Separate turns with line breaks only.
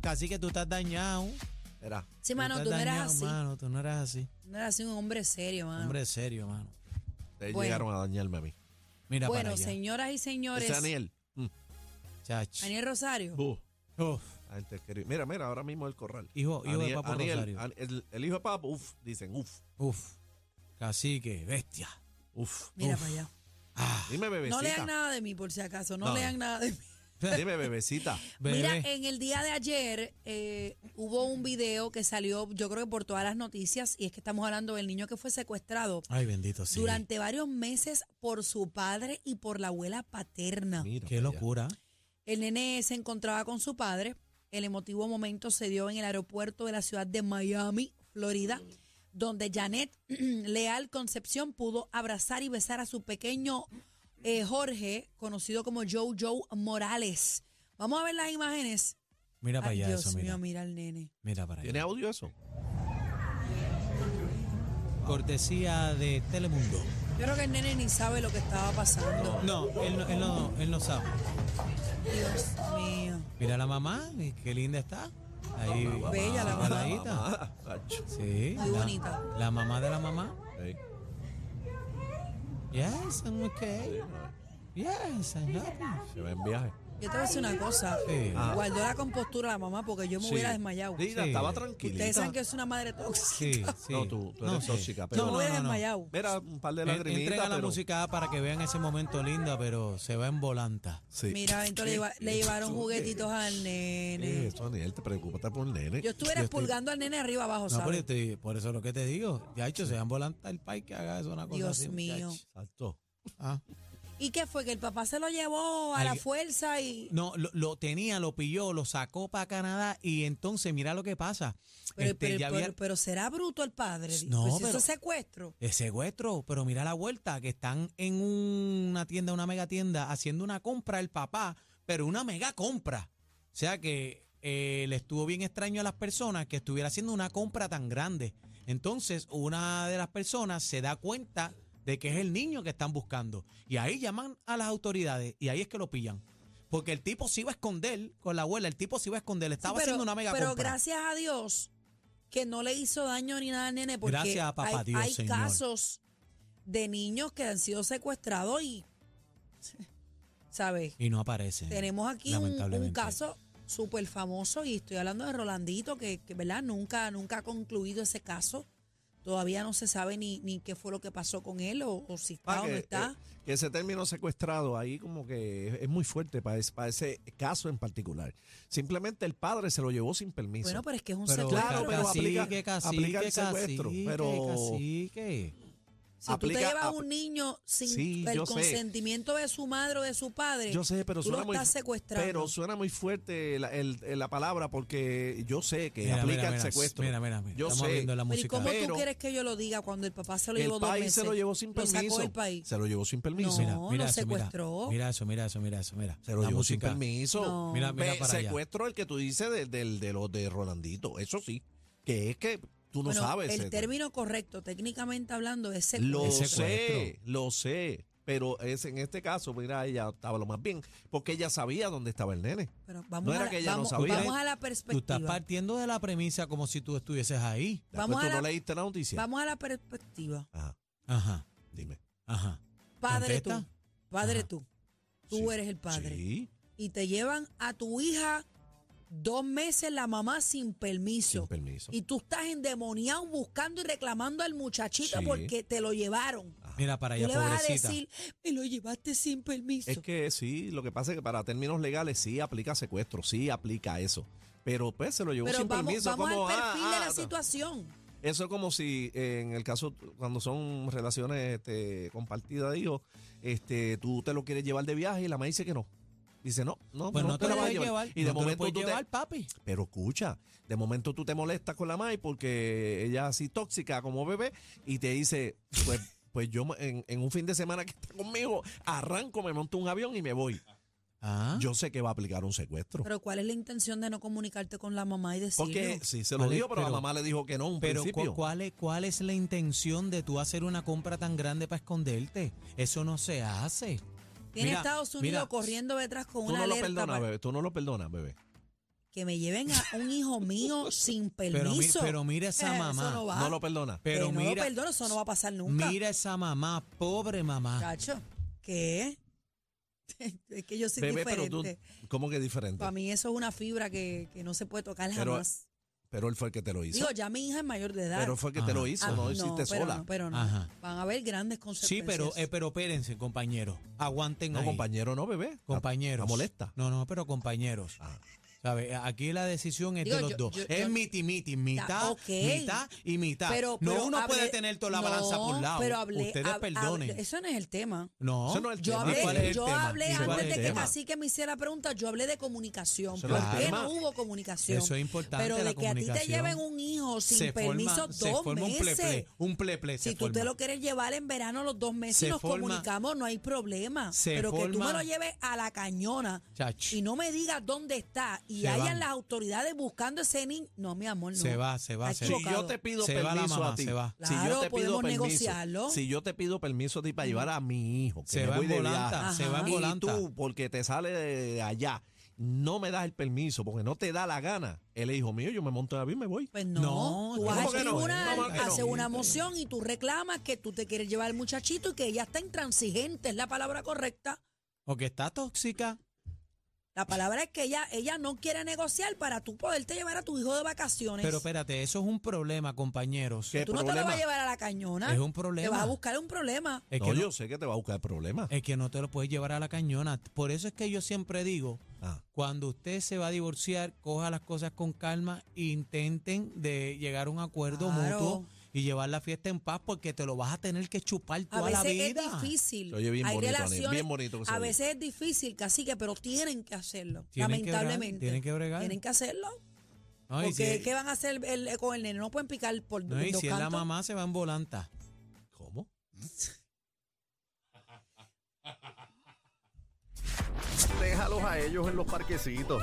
Casi que tú estás dañado. Era.
Sí, mano,
estás
tú no eras así.
Mano, tú no eras así.
No era así un hombre serio, mano.
Hombre serio, mano.
Ustedes
Bueno.
llegaron a dañarme a mí.
Mira
bueno,
para allá.
señoras y señores.
Ese Daniel. mm,
Chacho.
Daniel Rosario.
uh,
Uf,
antes quería- Mira, mira, ahora mismo el corral.
hijo, hijo de
Aniel-
Papo
Aniel,
Rosario.
An- el, el hijo de Papo, uf, dicen, uf,
Uf. Cacique, bestia.
uf.
Mira
Uf.
para allá.
Dime,
No lean
bebecita.
nada de mí, por si acaso. No,
No.
lean nada de mí.
Dime, bebecita.
Bebé.
Mira, en el día de ayer eh, hubo un video que salió, yo creo que por todas las noticias, y es que estamos hablando del niño que fue secuestrado
Ay, bendito sí.
durante varios meses por su padre y por la abuela paterna.
Mira
Qué
para allá.
locura.
El nene se encontraba con su padre. El emotivo momento se dio en el aeropuerto de la ciudad de Miami, Florida, donde Janet Leal Concepción pudo abrazar y besar a su pequeño eh, Jorge, conocido como Joe Joe Morales. Vamos a ver las imágenes.
Mira para
Ay,
allá
Dios
eso, mira.
mío, mira al nene.
Mira para
¿Tiene
allá.
audio eso?
Cortesía de Telemundo.
Yo creo que el nene ni sabe lo que estaba pasando.
No, él no, él no, él no sabe.
Dios mío.
Mira la mamá, y qué linda está. Ahí,
Bella la mamá.
paradita.
Ah, cacho.
Sí.
Muy
la-
bonita.
La mamá de la mamá.
Ey,
Yes, I'm okay. Yes, I'm happy.
se va en viaje.
Yo te voy a decir una cosa.
Sí. Ah.
Guardó la compostura la mamá porque yo me
Sí.
hubiera desmayado.
Mira,
Sí.
estaba tranquilita.
Ustedes saben que es una madre tóxica.
Sí, sí.
No, tú- tú eres
sí.
tóxica, pero-
Yo
No,
me hubiera
no, no, no.
desmayado.
Mira, un par de
En- Entren
lagrimitas,
a la
pero...
música para que vean ese momento linda, pero se va en volanta.
Sí.
Mira, entonces le, lleva- le llevaron juguetitos al
Eh,
nene.
Eso, Daniel, te preocupate por el nene.
Yo estuviera
Yo estoy-
expulgando al nene arriba abajo,
No, pero
¿sabes?
te- por eso es lo que te digo. Ya hecho, se va en volanta el país que haga eso una cosa
Dios
así,
mío.
muchacho.
Exacto.
Ah.
¿Y qué fue? Que el papá se lo llevó a
Al-
la fuerza y...
No, lo, lo tenía, lo pilló, lo sacó para Canadá y entonces mira lo que pasa.
Pero,
Este,
pero-
ya
pero-
había-
pero será bruto el padre.
No,
pues eso
pero-
es secuestro.
Eh, secuestro, pero mira la vuelta, que están en una tienda, una mega tienda, haciendo una compra el papá, pero una mega compra. O sea que eh, le estuvo bien extraño a las personas que estuviera haciendo una compra tan grande. Entonces, una de las personas se da cuenta de que es el niño que están buscando. Y ahí llaman a las autoridades y ahí es que lo pillan. Porque el tipo se iba a esconder con la abuela, el tipo se iba a esconder,
Sí,
estaba
pero,
haciendo una mega
pero
compra.
gracias a Dios que no le hizo daño ni nada al nene porque
Gracias a papá
hay,
Dios,
hay
señor.
casos de niños que han sido secuestrados y... ¿Sabes?
Y no aparece.
Tenemos aquí un- un,
lamentablemente.
caso súper famoso y estoy hablando de Rolandito, que, que, ¿verdad? Nunca, nunca ha concluido ese caso. Todavía no se sabe ni, ni qué fue lo que pasó con él o, o si está
Ah,
o no está.
eh, que ese término secuestrado ahí como que es, es muy fuerte para, es- para ese caso en particular. Simplemente el padre se lo llevó sin permiso.
bueno, pero es que es un
Pero
secuestro.
claro, pero
cacique,
aplica-
cacique,
aplica el secuestro,
cacique,
pero-
cacique.
si tú te
aplica-
llevas a
apl-
un niño sin
Sí,
el
yo sé.
consentimiento de su madre o de su padre,
yo sé, pero
pues, tú lo
suena muy
estás secuestrando.
pero suena muy fuerte la, el- el- la palabra porque yo sé que
Mira,
aplica
mira,
el
mira,
secuestro.
Mira, mira, mira.
Yo
Estamos
sé.
viendo la
Pero ¿y
música.
cómo
Pero-
tú quieres que yo lo diga cuando el papá se lo
el
llevó dos
país
meses?
se lo llevó sin
Lo
permiso.
sacó del país.
Se lo llevó sin permiso.
Mira,
No,
mira
lo
eso, mira.
secuestró.
Mira eso, mira eso, mira eso, mira.
Se lo
la
llevó sin
música.
permiso.
No.
Mira, mira
Ve,
para allá.
secuestro el que tú dices del del- de, los de Rolandito. Eso sí, que es que tú no
Bueno,
sabes.
El
eh,
término correcto, técnicamente hablando, es secuestro.
Lo
Ese
sé,
secuestro.
lo sé. Pero es en este caso, mira, ella estaba lo más bien, porque ella sabía dónde estaba el nene.
Pero vamos,
No era
a, la,
que ella no
vamos-
sabía.
vamos a la
Tú estás
perspectiva.
partiendo de la premisa como si tú estuvieses ahí.
Después
Vamos
tú
a la-
no leíste la noticia.
Vamos a la perspectiva.
Ajá,
Ajá,
dime.
ajá.
Padre
¿Contesta?
tú, padre
Ajá.
tú, tú
Sí,
eres el padre.
Sí,
Y te llevan a tu hija dos meses la mamá sin permiso.
sin permiso.
y tú estás endemoniado buscando y reclamando al muchachito
Sí.
porque te lo llevaron.
Ah.
Mira para
Tú
allá,
le vas a
pobrecita.
decir, me lo llevaste sin permiso.
Es que sí, lo que pasa es que para términos legales sí aplica secuestro, sí aplica eso. Pero pues se lo llevó
Pero
sin
vamos,
permiso.
vamos
como,
al
ah,
perfil de
ah,
la
no.
situación.
Eso es como si eh, en el caso cuando son relaciones este, compartidas, digo, este, tú te lo quieres llevar de viaje y la mamá dice que no. Dice, no, no,
Pues no, te
la
lo
vas a
puedes llevar.
Y de
no te lo
momento
puedes
tú te,
llevar, papi.
pero escucha, de momento tú te molestas con la Mai porque ella es así tóxica como bebé y te dice, pues, pues yo en, en un fin de semana que está conmigo, arranco, me monto un avión y me voy.
Ah.
Yo sé que va a aplicar un secuestro.
Pero ¿cuál es la intención de no comunicarte con la mamá y decirlo?
porque sí, se lo
Alex,
digo, pero,
pero-
la mamá le dijo que no en un
Pero cu-
principio.
¿cuál es, ¿cuál es la intención de tú hacer una compra tan grande para esconderte? Eso no se hace.
Tiene
Mira,
Estados Unidos
mira,
corriendo detrás con
Tú
una
no lo
alerta
perdonas,
para
bebé. Tú no lo perdonas, bebé.
que me lleven a un hijo mío sin
Pero, mi-
permiso.
pero mira esa
Eso
mamá.
no va.
Eh, No lo perdonas.
Pero
Que no
mira,
lo perdono, eso no va a pasar nunca.
mira esa mamá, pobre mamá.
Chacho, ¿qué? es que yo soy
Bebé, pero tú,
diferente.
¿cómo que diferente?
Para mí eso es una fibra que, que no se puede tocar
Pero
jamás.
Pero él fue el que te lo hizo.
Digo, ya mi hija es mayor de edad.
pero fue el que
Ajá.
te lo hizo,
Ah,
no
no,
lo hiciste
pero
sola.
no, pero no.
Ajá.
Van a haber grandes consecuencias.
Sí, pero, eh, pero espérense, compañeros. Aguanten
No,
ahí.
compañero, no, bebé. Está-
Compañeros.
Está molesta.
No, no, pero compañeros.
Ah.
¿Sabe? Aquí la decisión es
Digo,
de los
yo-
dos.
yo-
es
yo-
miti miti, mitad,
ok.
mitad y mitad.
Pero-
no
pero
uno
hablé-
puede tener toda la
no,
balanza por un lado.
Pero hablé,
Ustedes
hab- hab-
perdonen.
eso no es el tema.
no,
Eso no es el
Yo
tema.
¿Y cuál es
hablé,
el
yo
tema?
hablé
¿Y cuál
antes
es
de
el
que
tema?
casi que me hiciera pregunta, yo hablé de comunicación.
Eso
¿Por
no
es el
qué
tema.
no hubo comunicación?
eso es importante.
pero
la
de que a ti te
comunicación.
lleven un hijo sin permiso
forma,
dos
se forma un
meses.
pleple, un pleple se
Si tú te
forma.
lo quieres llevar en verano los dos meses
Se
y nos
forma-
comunicamos, no hay problema.
se
Pero que tú me
forma-
lo lleves a la cañona
Chacho,
y no me digas dónde está y
Se
hayan
van.
las autoridades buscando ese niño. No, mi amor, no.
se va, se va, se
Está
Si
va.
equivocado.
yo te pido
Se va la
permiso
mamá,
a ti,
se va.
si yo
Claro,
te pido
podemos
permiso,
negociarlo.
si yo te pido permiso a ti para llevar a mi hijo, que
Se
me
va
voy
en
de
volanta,
viaje,
se va en
y
volanta.
tú porque te sale de allá, no me das el permiso porque no te da la gana. Él es hijo mío, yo me monto de avión y me voy.
Pues no,
No,
tú vas
¿cómo
al
que no?
tribunal,
¿Cómo que no?
haces una moción y tú reclamas que tú te quieres llevar al muchachito y que ella está intransigente, es la palabra correcta.
O que está tóxica.
La palabra es que ella, ella no quiere negociar para tú poderte llevar a tu hijo de vacaciones.
Pero espérate, eso es un problema, compañeros.
¿Qué
tú no te lo vas
problema?
a llevar a la cañona.
Es un
Te vas
problema.
a buscar un problema.
Es
no,
que no-
yo sé que te va a buscar problemas.
es que no te lo puedes llevar a la cañona. Por eso es que yo siempre digo,
Ah,
cuando usted se va a divorciar, coja las cosas con calma, intenten de llegar a un acuerdo
Claro.
mutuo y llevar la fiesta en paz porque te lo vas a tener que chupar
A
toda la
veces
vida.
es difícil.
se oye bien
Hay
bonito, Aniel,
relaciones.
bien bonito que se
a
oye.
veces es difícil, casi que, pero tienen que hacerlo.
Tienen que bregar,
lamentablemente.
tienen que bregar.
Tienen que hacerlo.
No, y si-
porque ¿qué van a hacer el- el- con el nene? No pueden picar por
no, y
dos
si es la
cantos.
mamá, se va en volanta.
¿Cómo?
Déjalos a ellos en los parquecitos.